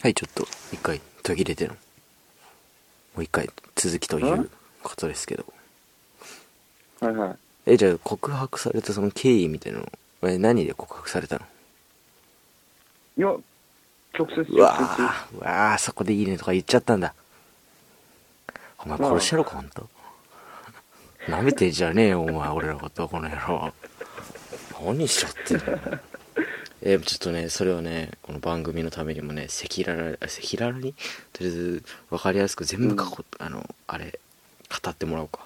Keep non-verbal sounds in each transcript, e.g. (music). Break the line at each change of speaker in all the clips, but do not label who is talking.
はい、ちょっと、一回途切れての。もう一回続きということですけど。
はいはい。
え、じゃあ告白されたその経緯みたいなの、え、何で告白されたの
いや、直接直接。
うわぁ、うわぁ、そこでいいねとか言っちゃったんだ。お前殺してやろうか、ほんと。舐めてんじゃねえよ、お前、俺のこと、この野郎。何しちゃってんのえーちょっとね、それをね、この番組のためにもね、赤裸々、あ赤裸々にとりあえず、わかりやすく全部かこ、あの、あれ、語ってもらおうか。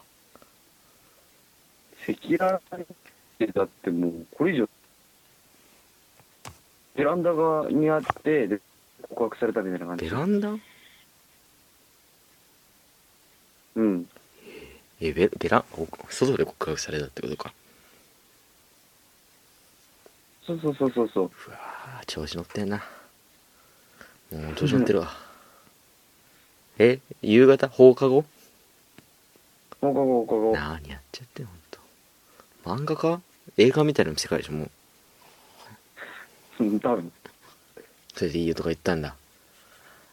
赤裸々にだってもう、これ以上、ベランダがにあって、で、告白されたみたいな感じ。
ベランダ
うん。
え、ベベラン、お外で告白されたってことか。
そうそうそうそうそう。
うわぁ調子乗ってんなもう調子乗ってるわ、え夕方放課後
放課後、放課後。
何やっちゃってんほんと漫画か映画みたいな世界でしょもう
うん、多分。
それでいいよとか言ったんだ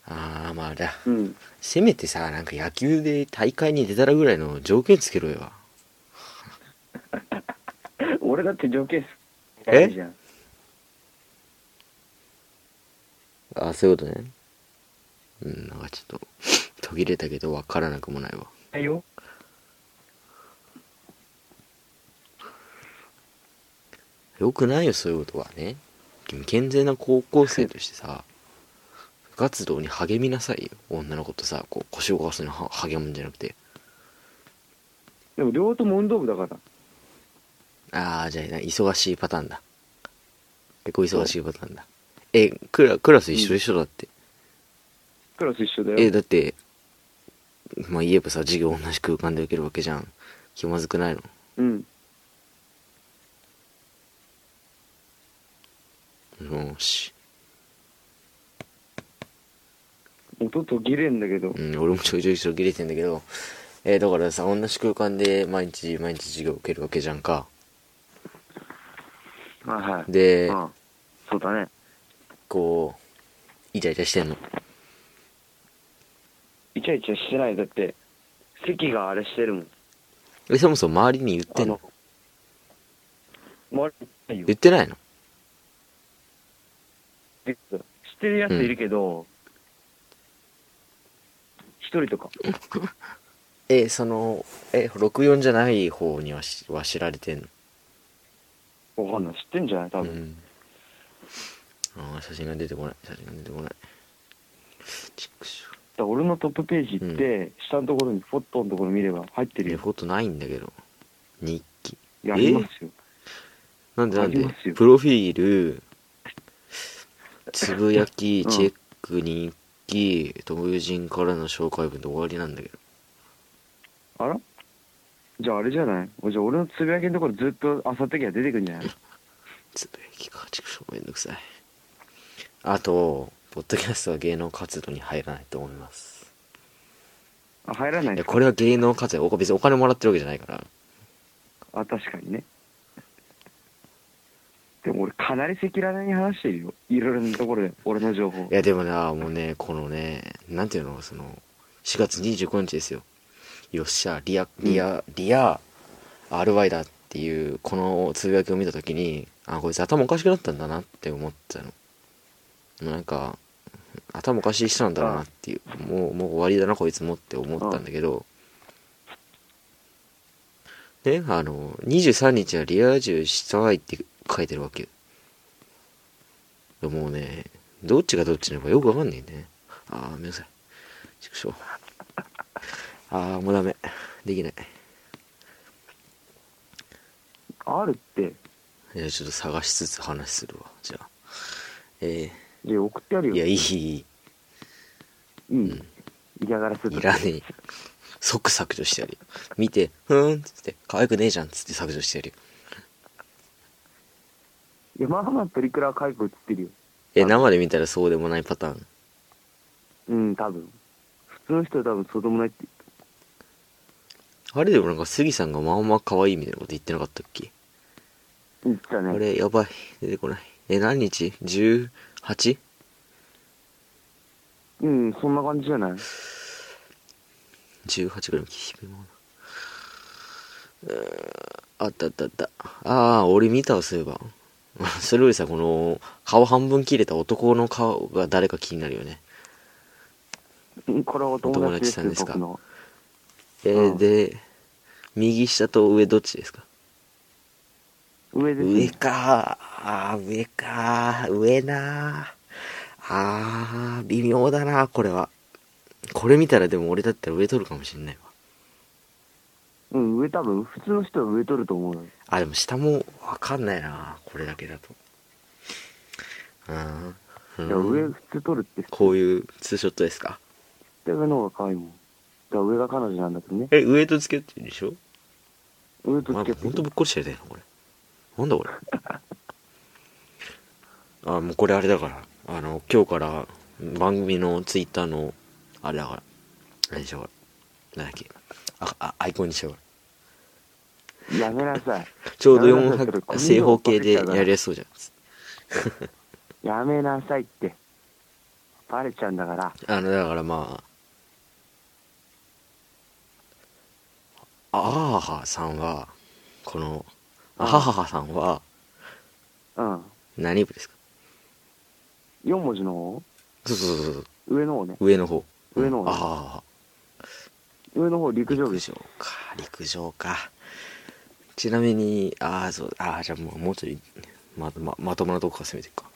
ああまあだ
うん。
せめてさなんか野球で大会に出たらぐらいの条件つけろよ
俺だって条件す
え
じゃん。
ああそういうことねうんなんかちょっと途切れたけどわからなくもないわ
はいよ。
よくないよそういうことはね君健全な高校生としてさ部活動に励みなさいよ女の子とさこう腰を動かすのには励むんじゃなくて
でも、両方とも運動部だから。
ああじゃあな忙しいパターンだ結構忙しいパターンだえクラクラス一緒でしょだって、
クラス一緒だよ。
えだってまあ言えばさ授業同じ空間で受けるわけじゃん気まずくないの
うん。
よーし、
音途切れんだけど
う。ん、俺もちょいちょいちょい切れてんだけどえーだからさ同じ空間で毎日毎日授業受けるわけじゃんか
はいはい。
で、
うん。そうだね。
こうイチャイチャしてんの
イチャイチャしてない。だって、席があれしてるもん。
えそもそも周りに言ってんの
あの周りに言ってないよ
言ってないの
知ってるやついるけど、一、人とか。
えそのえ64じゃない方にはしは知られてんの
わかんない。知ってんじゃない多
う
分、
んああ写真が出てこない写真が出てこないちくしょ
だから俺のトップページ行って、下のところに、フォットのところ見れば入ってる
レ
よ。
ポートないんだけど日記
やりますよ。
なんでなん
あ
で
りますよ
プロフィールつぶやきチェック日記友人からの紹介文で終わりなんだけど
あらじゃああれじゃないじゃあ俺のつぶやきのところずっとあさってきゃ出てくんじゃない
つぶやきかちくしょうめんどくさいあとポッドキャストは芸能活動に入らないと思います
あ、入らないい
やこれは芸能活動お別にお金もらってるわけじゃないから
あ、確かにね。でも俺かなり赤裸々に話してるよ。いろいろなところで、俺の情報
い。やでもなもうねこのねなんていうのその4月25日ですよよっしゃリアリア、リア RY だっていうこのつぶやきを見た時にあこいつ頭おかしくなったんだなって思ったのもうなんか頭おかしい人なんだろうなっていうもうもう終わりだなこいつもって思ったんだけどねあの23日はリア充したいって書いてるわけよもうねどっちがどっちなのかよくわかんないねああごめんなさい畜生ああもうダメできない
あるって、
いやちょっと探しつつ話するわじゃあえ
じゃあ送ってやる
ー、
よ。
いやいいいい
うん。嫌がらせ
い
と
い
から
ねえ即削除してやるよ見て「ふーん」っつって「可愛くねえじゃん」っつって削除してやるよ
いや、まあまあプリクラ回復映ってるよ。
え生で見たらそうでもないパターン
うん、多分。普通の人は多分そうでもないって。
あれでもなんか杉さんがまあまあ可愛いみたいなこと言ってなかったっけ
言ってたね。
あれやばい出てこないえ何日 18?
うんそんな感じじゃない
18ぐらいの君もなうーんあったあったあったああ俺見たわそういえば (laughs) それよりさこの顔半分切れた男の顔が誰か気になるよね
うんこれはお友達です
お友達さんですか
僕の
えー
うん
で右下と上どっちですか
上です、
上かあー上か上なあー微妙だなこれはこれ見たらでも俺だったら上取るかもしんないわ
うん上多分普通の人は上取ると思うよ
あでも下もわかんないなこれだけだとうんうん
いや上普通取るって
こういうツーショットですか
で上の方が可愛いもん。だから上が彼女なんだけどね。
え上とつけてるでしょ
上と
ほ
つ
ん
けて
とぶっこしてやりたいなこれなんだ
(laughs)
これあもうこれあれだからあの今日から番組のツイッターのあれだから何でしょうこれなんだっけああアイコンにしようこ
やめなさい。
れちょうど
やめなさいそれ
400正方形でやりやすそうじゃん
やめなさいって。バレちゃうんだから。
あの、だからまあ、あーはさんは、この、あはははさんは
うん。
何部ですか
4文字の方
そうそうそうそう、
上の方ね。
上の方。
上の方
あははは。
上の方陸上
陸
部でし
上
ょ。
か、陸上か。ちなみに、ああ、そう、ああ、じゃあもう、もうちょい、ま、ま、まともなとこから攻めていくか。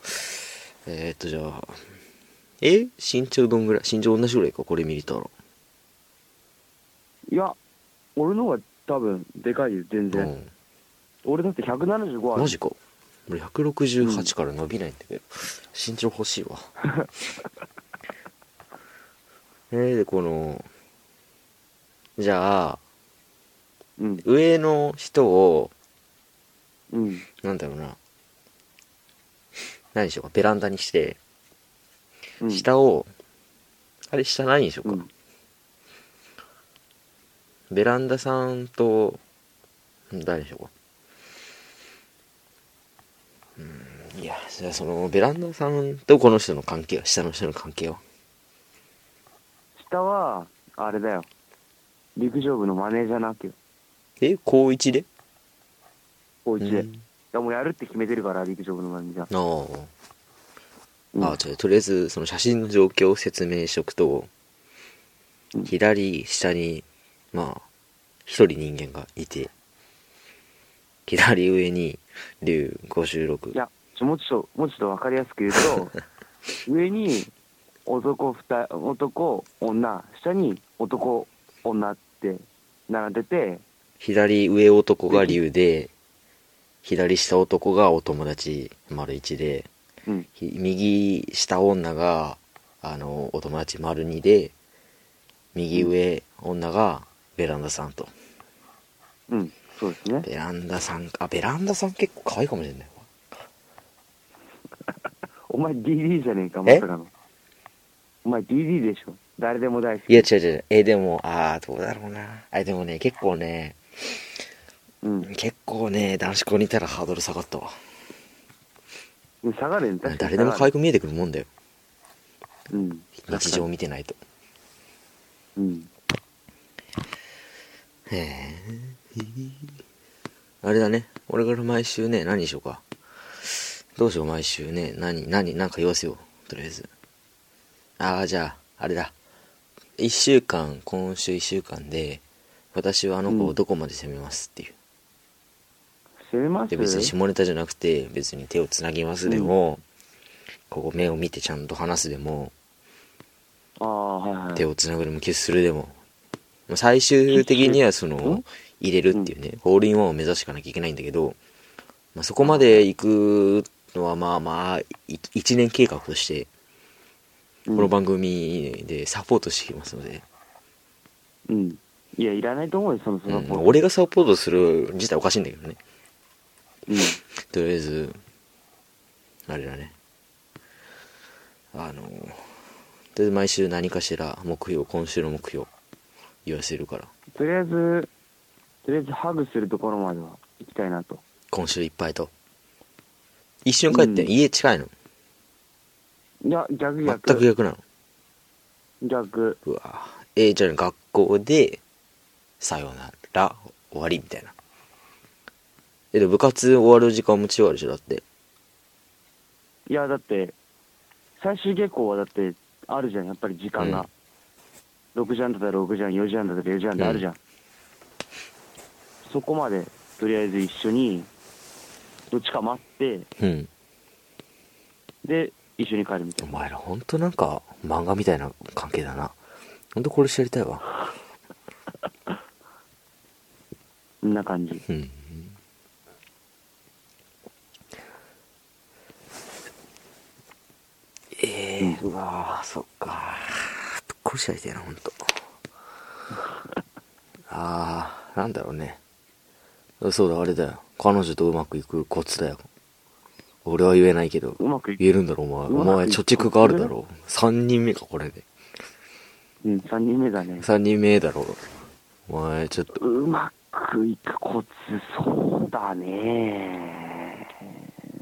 えー、っと、じゃあ、え身長どんぐらい身長同じぐらいか、これ見れたら。
いや、俺の方が多分でかいよ、全
う
然。
ん。
俺だって175ある。
マジか俺168から伸びないんだけど、身長欲しいわえーでこのじゃあ
うん。
上の人を
うん。
なんだろうな何にしようかベランダにして
うん、
下を、あれ下何にしよう
う
か、
ん。
ベランダさんとうん誰にしようかうーんいやじゃあそのベランダさんとこの人の関係は下の人の関係は
下は、あれだよ。陸上部のマネージャーなわけよ。
え高1で
高一で。
う
い
ん
や、もうやるって決めてるから、陸上部のマネージャー。
あー
うん
あ、ちょとりあえずその写真の状況を説明しておくと、
うん
左下にまあ一人人間がいて左上に竜56
いや、ちょもうちょっと、もうちょっと分かりやすく言う
(laughs)
と、上に男二人、男、女、下に男、女って並んでて、
左上男が竜で左下男がお友達丸1で
うん、
ひ右下女があのお友達丸2で右上女がベランダさんと
うん、そうですね。
ベランダさんあベランダさん結構可愛いかもしれない
お前 DD じゃねえか、まさかの。お前 DD でしょ。誰でも大好き。
いや違う違うえでもああどうだろうなあでもね結構ね
うん。
結構ね男子校にいたらハードル下がったわ
下がるね、確か
誰
に下
で
がる。
も可愛く見えてくるもんだよ
うん。
日常を見てないと
うん。
へえあれだね俺から毎週ね何にしようかどうしよう毎週ね何何なんか言わせようとりあえずああじゃああれだ1週間今週1週間で私はあの子をどこまで責めますっていう、
攻めま
で別に
す
下ネタじゃなくて別に手をつなぎますでも、ここ目を見てちゃんと話すでも
ああ、はいはい。
手をつなぐでもキスするでもまあ最終的にはその入れるっていうね、ホールインワンを目指していかなきゃいけないんだけど、まあ、そこまで行くのはまあまあ1年計画として
うん
この番組でサポートしてきますので、
うん。いや、いらないと思うよ、その、そ
うんま
の、
あ俺がサポートする自体おかしいんだけどね
うん。
とりあえずあれだねあのとりあえず毎週何かしら目標今週の目標言わせるから
とりあえず、とりあえずハグするところまでは行きたいなと。
今週いっぱいと一瞬帰って、
うん
家近いの
いや、逆
全
逆。
く逆なの
逆。
うわえー、じゃあ学校でさよなら終わりみたいなえでも部活終わる時間も違うでしょだって
いや、だって、最終下校はだって、あるじゃん、やっぱり時間が。6時半だったら6時半、4時半だったら4時半であるじゃん。そこまで、とりあえず一緒に、どっちか待って、
うん
で、一緒に帰るみた
お
いな。
前らほんとなんか漫画みたいな関係だなほんとこれ知りたいわ
そんな感じ。
うんええうわーそっかぶっ殺しちゃいたいなほんと (laughs) あーなんだろうねそうだあれだよ彼女とうまくいくコツだよ俺は言えないけど
うまくいく。
言えるんだろお前
うまくいく
お前貯蓄があるだろ3人目かこれで
うん、3人目だね。
3人目だろお前ちょっと
うまくいくコツ、そうだね。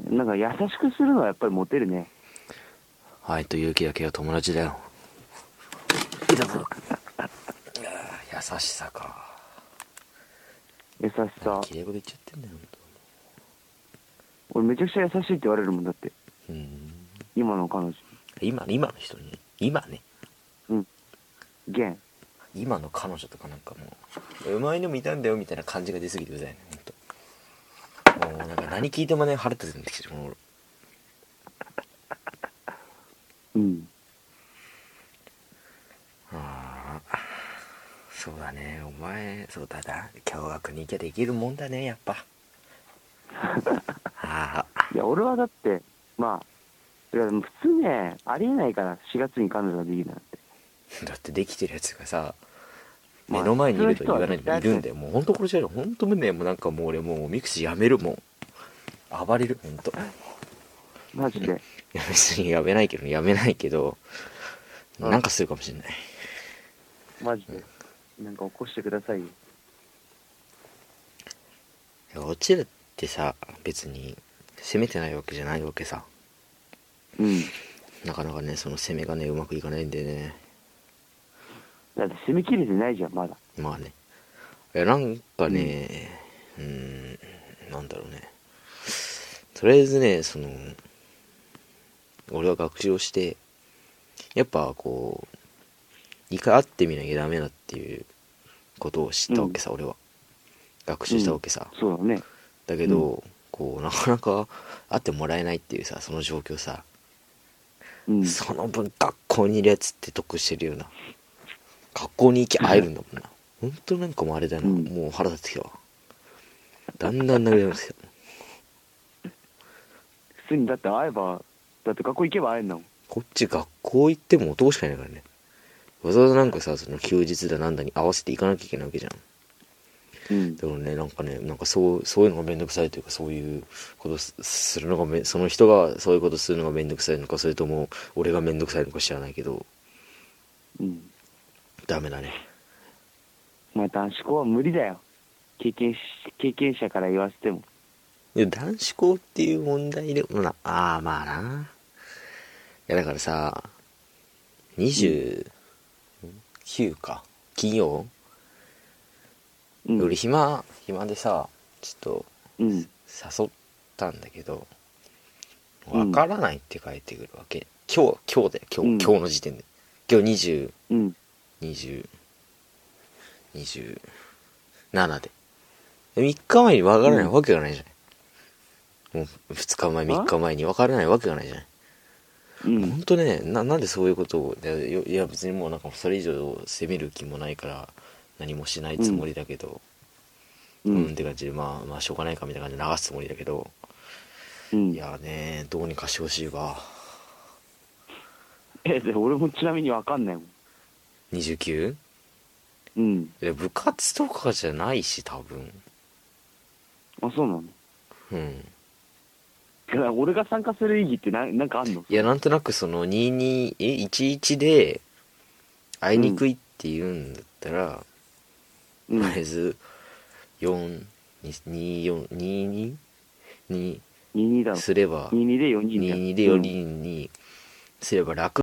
なんか優しくするのはやっぱりモテるね。
はいと勇気だけは友達だよいたぞあー優しさか
優しさ。
きれい事言っちゃってんだよ本
俺めちゃくちゃ優しいって言われるもんだって。
当うん
今の彼女。
今今の人に今ね
うん。ゲン。
今の彼女とかなんかもう「お前にもいたんだよ」みたいな感じが出すぎてうざいねほんともうなんか何聞いてもね腹立つんできてるもう
うん。
そうだねお前そうだな共学に行きゃできるもんだねやっ (laughs) ぱああ
いや、俺はだって、まあ、いやでも普通ね、ありえないから、4月に彼女ができるなんて。
だってできてるやつがさ目
まあ
の前にいると言わない
そういう人は
でいるんだよもう本当殺し合い本当ねもうなんかもう俺もうミクシーやめるもん暴れる本当い
マジで。
や別にやめないけどやめないけど
うん
なんかするかもしれない
マジで。なんか起こしてくださいよ。
いや落ちるってさ別に責めてないわけじゃないわけさ
うん。
なかなかねその攻めがねうまくいかないんでね
だって締め切れてないじゃん、まだ。
まあねいやなんかねうーんなんだろうねとりあえずねその俺は学習をしてやっぱこう一回会ってみなきゃダメだっていうことを知ったわけさ、俺は学習したわけさ、
そうだね。
だけど、こうなかなか会ってもらえないっていうさその状況さ、
うん。
その分学校にいるやつって得してるような学校に行き会えるんだもんな本当なんかもうあれだな、
うん
もう腹立ってきたわだんだん殴りますよ
普通にだって会えば、だって学校行けば会えんだもん。
こっち学校行っても男しかいないからねわざわざなんかさその休日だなんだに合わせて行かなきゃいけないわけじゃん
うん
だ。からねなんかねなんかそうそういうのが面倒くさいというかそういうことすするのがめその人がそういうことするのが面倒くさいのかそれとも俺が面倒くさいのか知らないけど
うん。
ダメだね
まあ男子校は無理だよ。経験し、経験者から言わせても。
いや男子校っていう問題でもなああまあないやだからさ29か金曜、
うん。
俺暇暇でさちょ
うん。
っと誘ったんだけど
う
わ
ん
からないって書いてくるわけ、今日今日だよ今日、
うん
今日の時点で今日
うん。
202027で3日前にわからないわけがないじゃない、もう2日前3日前にわからないわけがないじゃない
うん
本。当ねななんでそういうことをいやよいや別にもうなんかそれ以上責める気もないから何もしないつもりだけど
う
うん、っ
ん。
て感じでまあまあしょうがないかみたいな感じで流すつもりだけど
うん
い。やねどうにかしてほしいわ
え、で俺もちなみにわかんないもん。
29?
うん。
いや部活とかじゃないし多分
あ、そうなの
うん
だから俺が参加する意義ってななんかあんの
いやなんとなくその22え11で会いにくいって言うんだったら、
うん
とりあえず4242に
22だろ
すれば
22で4人だよ
22で4人にすれば楽